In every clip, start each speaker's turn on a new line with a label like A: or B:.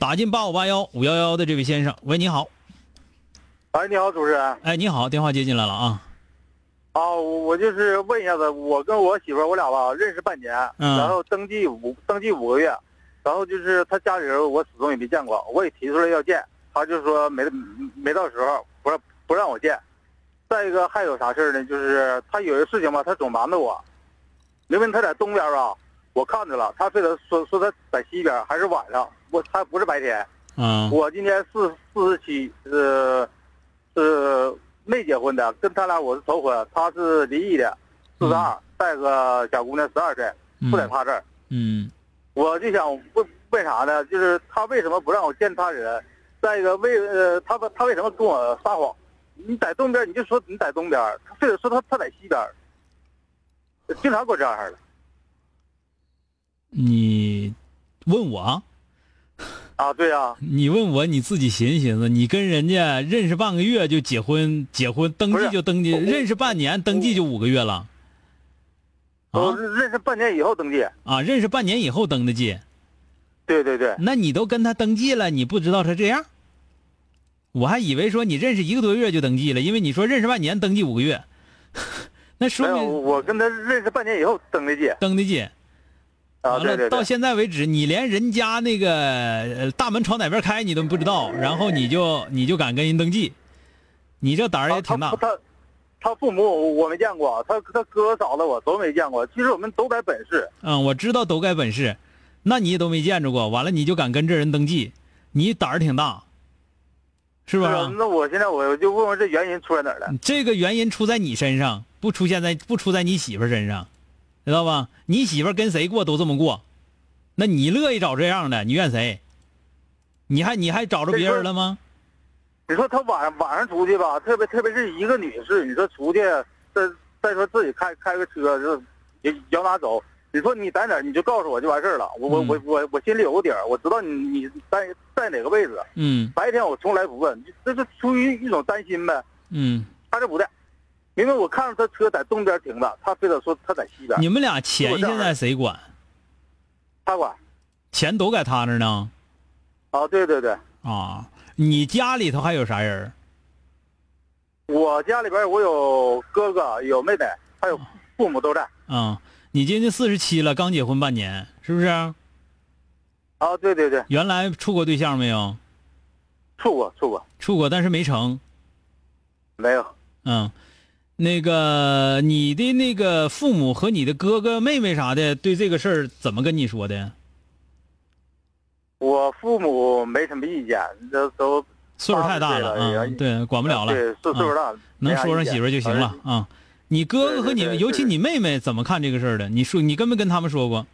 A: 打进八五八幺五幺幺的这位先生，喂，你好，
B: 哎，你好，主持人啊，
A: 哎，你好，电话接进来了啊，
B: 我我就是问一下子，我跟我媳妇儿我俩吧认识半年，
A: 嗯
B: 然后登记五登记五个月，然后就是她家里人我始终也没见过，我也提出来要见，她就说没没到时候，不让不让我见。再一个还有啥事儿呢？就是她有些事情吧，她总瞒着我，明明她在东边啊，我看着了，她非得说说她在西边，还是晚上，我她不是白天。
A: 嗯
B: 我今年四四十七，呃，是没结婚的，跟他俩我是头婚，他是离异的，四十二，带个小姑娘十二岁，
C: 嗯
B: 不在他这儿。
A: 嗯
B: 我就想问问啥呢？就是他为什么不让我见他人？再一个为呃，他不他为什么跟我撒谎？你在东边你就说你在东边，他非得说他他在西边，经常给我这样式儿的
A: 你问我啊？
B: 啊，对呀、
A: 你问我你自己寻思寻思，你跟人家认识半个月就结婚，结婚登
B: 不
A: 记
B: 是
A: 就登记，
B: 我
A: 认识半年登记就五个月了，
B: 我
A: 啊
B: 认识半年以后登记，
A: 啊，认识半年以后登的记，
B: 对对对，
A: 那你都跟他登记了，你不知道他这样，我还以为说你认识一个多月就登记了，因为你说认识半年登记五个月， 那
B: 没
A: 说
B: 有，
A: 明
B: 我跟他认识半年以后登的记
A: 登的记。
B: 啊，
A: 完
B: 对
A: 了，
B: 对对
A: 到。现在为止，你连人家那个呃大门朝哪边开你都不知道，然后你就你就敢跟人登记，你这胆儿也挺大
B: 啊他。他他父母我我没见过，他他哥嫂子我都没见过。其实我们都在本市，
A: 嗯，我知道都该本事，那你也都没见着过，完了你就敢跟这人登记，你胆儿挺大，是
B: 是啊
A: 吧？嗯
B: 吧？那我现在我就问问这原因出在哪儿了？
A: 这个原因出在你身上，不出现在不出在你媳妇儿身上，知道吧？你媳妇儿跟谁过都这么过，那你乐意找这样的，你怨谁？你还你还找着别人了吗？
B: 你说他晚上晚上出去吧，特别特别是一个女士，你说出去再再说自己开开个车就是摇摇哪走？你说你在哪儿，你就告诉我就完事儿了。我我
A: 嗯
B: 我我我心里有个底儿，我知道你你在在哪个位置。
A: 嗯
B: 白天我从来不问，这是出于一种担心呗。
A: 嗯，
B: 他这不在，明明我看着他车在东边停的，他非得说他在西边。
A: 你们俩钱现在谁管？
B: 他管
A: 钱都在他那儿呢
B: 啊，对对对，
A: 啊！你家里头还有啥人儿？
B: 我家里边我有哥哥，有妹妹，还有父母都在
A: 啊、你今年四十七了，刚结婚半年，是不是？
B: 啊，对对对，
A: 原来处过对象没有？
B: 处过处过，
A: 处过，但是没成。
B: 没有
A: 嗯，那个你的那个父母和你的哥哥妹妹啥的，对这个事儿怎么跟你说的？
B: 我父母没什么意见，这都
A: 岁数太大了
B: 八十岁
A: 啊
B: 了也，哎
A: 对，管不了了，
B: 对，岁岁数大，
A: 能说上媳妇儿就行了啊。你哥哥和你
B: 对对
A: 们，
B: 对
A: 尤其
B: 是
A: 你妹妹怎么看这个事儿的？你说你跟没跟他们说过？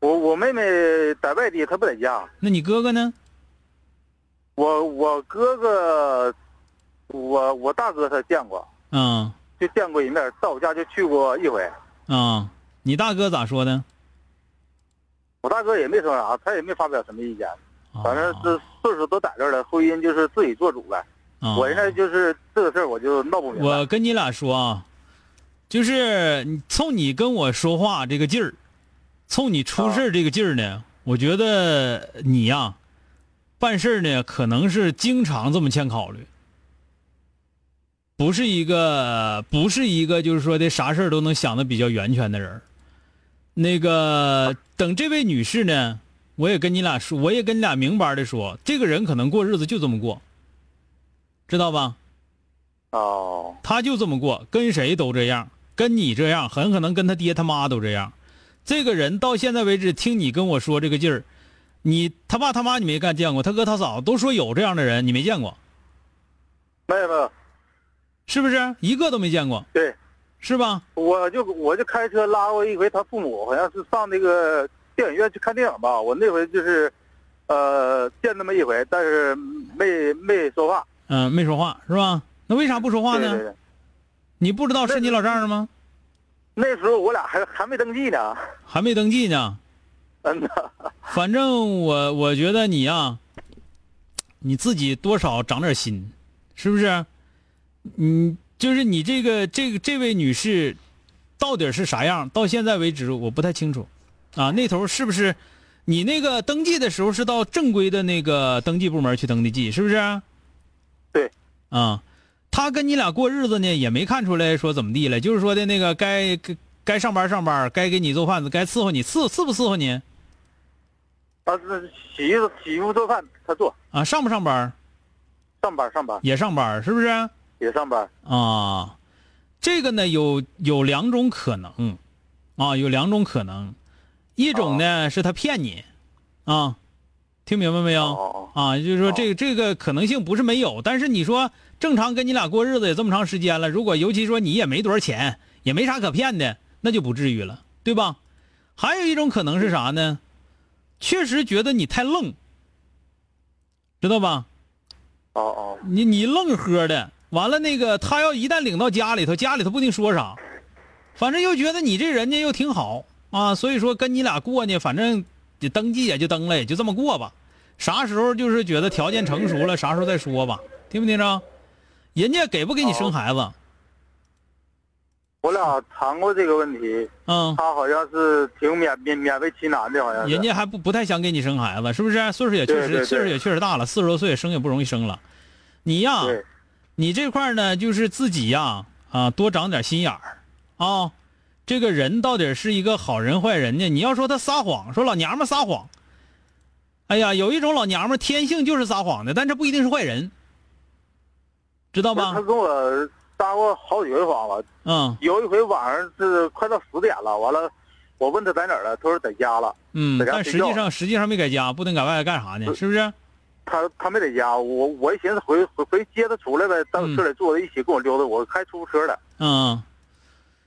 B: 我我妹妹在外地，她不在家。
A: 那你哥哥呢？
B: 我我哥哥，我我大哥他见过，
A: 嗯
B: 就见过一面，到我家就去过一回。
A: 嗯，你大哥咋说的？
B: 我大哥也没说啥，他也没发表什么意见，
A: 啊
B: 反正这岁数都在这儿了，婚姻就是自己做主呗。
A: 啊
B: 我现在就是这个事儿，我就闹不明白。
A: 我跟你俩说啊，就是你冲你跟我说话这个劲儿，冲你出事儿这个劲儿呢，我觉得你呀、办事儿呢可能是经常这么欠考虑，不是一个不是一个就是说的啥事儿都能想的比较圆全的人儿。那个等这位女士呢，我也跟你俩说，我也跟你俩明白的说，这个人可能过日子就这么过，知道吧？
B: 哦，
A: 他就这么过，跟谁都这样，跟你这样，很可能跟他爹他妈都这样。这个人到现在为止，听你跟我说这个劲儿，你他爸他妈你没干见过，他哥他嫂子都说有这样的人，你没见过，
B: 没有没有，
A: 是不是？一个都没见过，
B: 对，
A: 是吧？
B: 我就我就开车拉过一回他父母，好像是上那个电影院去看电影吧。我那回就是，呃，见那么一回，但是没没说话。
A: 嗯、没说话是吧？那为啥不说话
B: 对
A: 呢？
B: 对对，
A: 你不知道是你老丈人吗？
B: 那时候我俩还还没登记呢。
A: 还没登记呢。
B: 嗯呐，
A: 反正我我觉得你呀、啊你自己多少长点心，是不是？嗯，就是你这个这个这位女士，到底是啥样？到现在为止我不太清楚，啊，那头是不是？你那个登记的时候是到正规的那个登记部门去登的记，是不是？
B: 对。
A: 啊，他跟你俩过日子呢，也没看出来说怎么地了，就是说的那个该该该上班上班，该给你做饭该伺候你伺伺不伺候你？
B: 他是洗衣服洗衣服做饭他做，
A: 啊，上不上班儿？
B: 上班上班
A: 也上班儿，是不是？
B: 也上班。
A: 啊，这个呢有有两种可能，啊，有两种可能，一种呢、是他骗你，啊，听明白没有？
B: 哦
A: 啊，就是说这个、这个可能性不是没有，但是你说正常跟你俩过日子也这么长时间了，如果尤其说你也没多少钱，也没啥可骗的，那就不至于了，对吧？还有一种可能是啥呢？确实觉得你太愣，知道吧？
B: 哦哦
A: 你你愣喝的，完了那个他要一旦领到家里头，家里头不定说啥，反正又觉得你这人家又挺好啊，所以说跟你俩过呢，反正也登记也就登了，也就这么过吧。啥时候就是觉得条件成熟了，啥时候再说吧，听没听着？人家给不给你生孩子？
B: 我俩谈过这个问题，
A: 嗯，
B: 他好像是挺勉勉勉为其难的，好像是。
A: 人家还不不太想给你生孩子，是不是？岁数也确
B: 对对
A: 实
B: 对
A: 岁数也确实大了，四十多岁生也不容易生了。你呀，
B: 对
A: 你这块儿呢，就是自己呀啊，多长点心眼儿啊。这个人到底是一个好人坏人呢？你要说他撒谎，说老娘们撒谎，哎呀，有一种老娘们天性就是撒谎的，但这不一定是坏人，知道
B: 他
A: 吧？
B: 跟我搭过好几回谎了，
A: 嗯
B: 有一回晚上是快到十点了，完了，我问他在哪儿了，他说在家了。
A: 嗯，
B: 在家
A: 但实
B: 睡觉
A: 际上实际上没在家，不能在外干啥呢？是不是？
B: 他他没在家，我我一寻思回回回接他出来呗，到
A: 嗯
B: 车里坐着一起跟我溜达，我开出租车的，
A: 嗯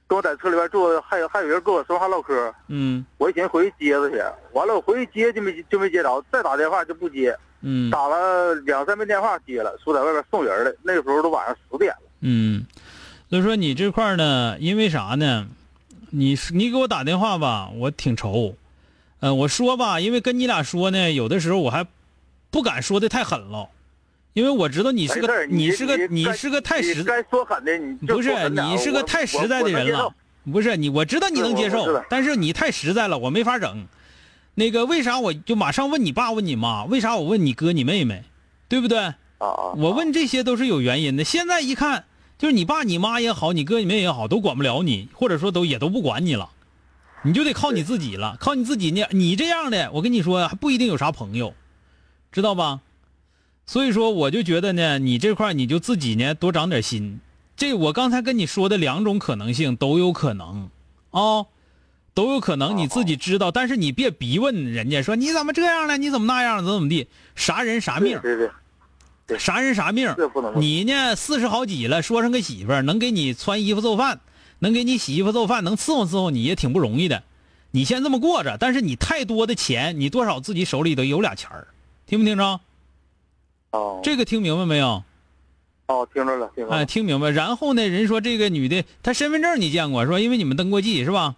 B: 跟我在车里边坐着，还有还有人跟我说话唠嗑，
A: 嗯
B: 我一寻思回去接他去，完了我回去接就没就没接着，再打电话就不接，
A: 嗯
B: 打了两三遍电话接了，说在外边送人了，那时候都晚上十点了，
A: 嗯，所以说你这块儿呢，因为啥呢？你是你给我打电话吧，我挺愁。呃，我说吧，因为跟你俩说呢，有的时候我还不敢说的太狠了，因为我知道你是
B: 没事
A: 个
B: 儿你
A: 是个
B: 你
A: 你是个太
B: 你
A: 实在，
B: 该说狠的你就
A: 不
B: 说
A: 是
B: 狠点
A: 你是个
B: 我
A: 太
B: 我
A: 实在的
B: 我能
A: 人
B: 接
A: 了
B: 受，啊
A: 不是你，我知道你
B: 是
A: 能
B: 我
A: 接
B: 我知
A: 受
B: 道，
A: 但是你太实在了，我没法整。那个为啥我就马上问你爸问你妈？为啥我问你哥你妹妹？对不对？
B: 啊啊！
A: 我
B: 啊
A: 问这些都是有原因的。现在一看，就是你爸、你妈也好，你哥、你妹也好，都管不了你，或者说都也都不管你了，你就得靠你自己了。靠你自己呢，你这样的，我跟你说，还不一定有啥朋友，知道吧？所以说，我就觉得呢，你这块儿你就自己呢多长点心。这我刚才跟你说的两种可能性都有可能，哦，都有可能你自己知道，但是你别逼问人家说你怎么这样了，你怎么那样了，怎么怎么地，啥人啥命，
B: 对对对，对
A: 啥人啥命。
B: 这不能
A: 你呢，四十好几了，说上个媳妇儿，能给你穿衣服做饭，能给你洗衣服做饭，能伺候伺候你也挺不容易的。你先这么过着，但是你太多的钱，你多少自己手里头有俩钱儿，听没听着？
B: 哦
A: 这个听明白没有？
B: 哦，听着了，听着了。
A: 哎，听明白。然后呢，人说这个女的，她身份证你见过，说因为你们登过记是吧？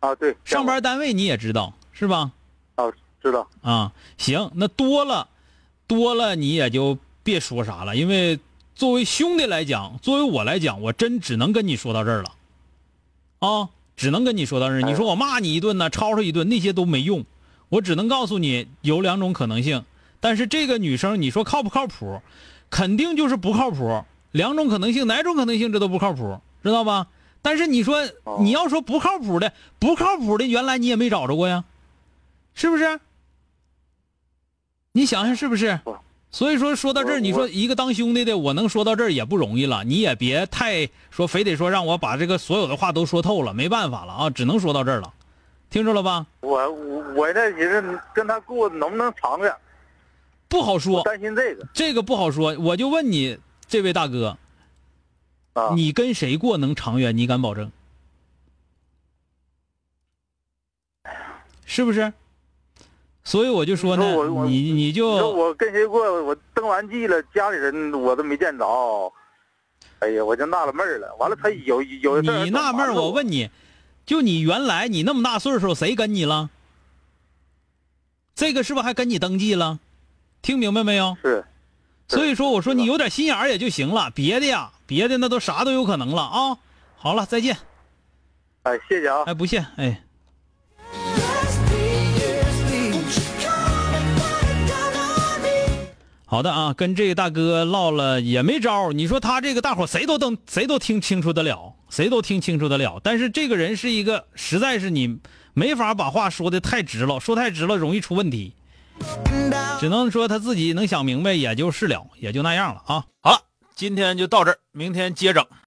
B: 啊，对，
A: 上班单位你也知道是吧？
B: 啊，知道
A: 啊，行，那多了，多了你也就别说啥了，因为作为兄弟来讲，作为我来讲，我真只能跟你说到这儿了，啊，只能跟你说到这儿。
B: 哎
A: 你说我骂你一顿呢，吵吵一顿，那些都没用，我只能告诉你有两种可能性，但是这个女生你说靠不靠谱，肯定就是不靠谱，两种可能性，哪种可能性这都不靠谱，知道吧？但是你说
B: 哦
A: 你要说不靠谱的，不靠谱的，原来你也没找着过呀，是不是？你想想是不是
B: 不？
A: 所以说说到这
B: 我
A: 儿，你
B: 我
A: 说一个当兄弟的，我能说到这儿也不容易了。你也别太说，非得说让我把这个所有的话都说透了，没办法了啊，只能说到这儿了，听着了吧？
B: 我我我这寻思跟他过能不能长远，
A: 不好说，
B: 担心这个
A: 这个不好说。我就问你，这位大哥，
B: 啊。
A: 你跟谁过能长远？你敢保证？是不是？所以我就说
B: 你
A: 呢
B: 说我，我
A: 你你
B: 你说
A: 就
B: 我跟谁过，我登完记了，家里人我都没见着。哎呀，我就纳了闷儿了。完了，他有有的事儿
A: 你纳闷
B: 他
A: 儿，
B: 瞒着
A: 我
B: 我
A: 问你，就你原来你那么大岁数，谁跟你了？这个是不是还跟你登记了？听明白没有？
B: 是，是
A: 所以说，我说你
B: 是的
A: 有点心眼儿也就行了，别的呀，别的那都啥都有可能了啊。好了，再见。
B: 哎，谢谢啊。
A: 哎，不谢，哎，好的啊，跟这个大哥唠了也没招儿你说他这个大伙儿谁都能，谁都听清楚得了，谁都听清楚得了。但是这个人是一个，实在是你没法把话说的太直了，说太直了容易出问题。只能说他自己能想明白，也就是了，也就那样了啊。好了，今天就到这儿，明天接着。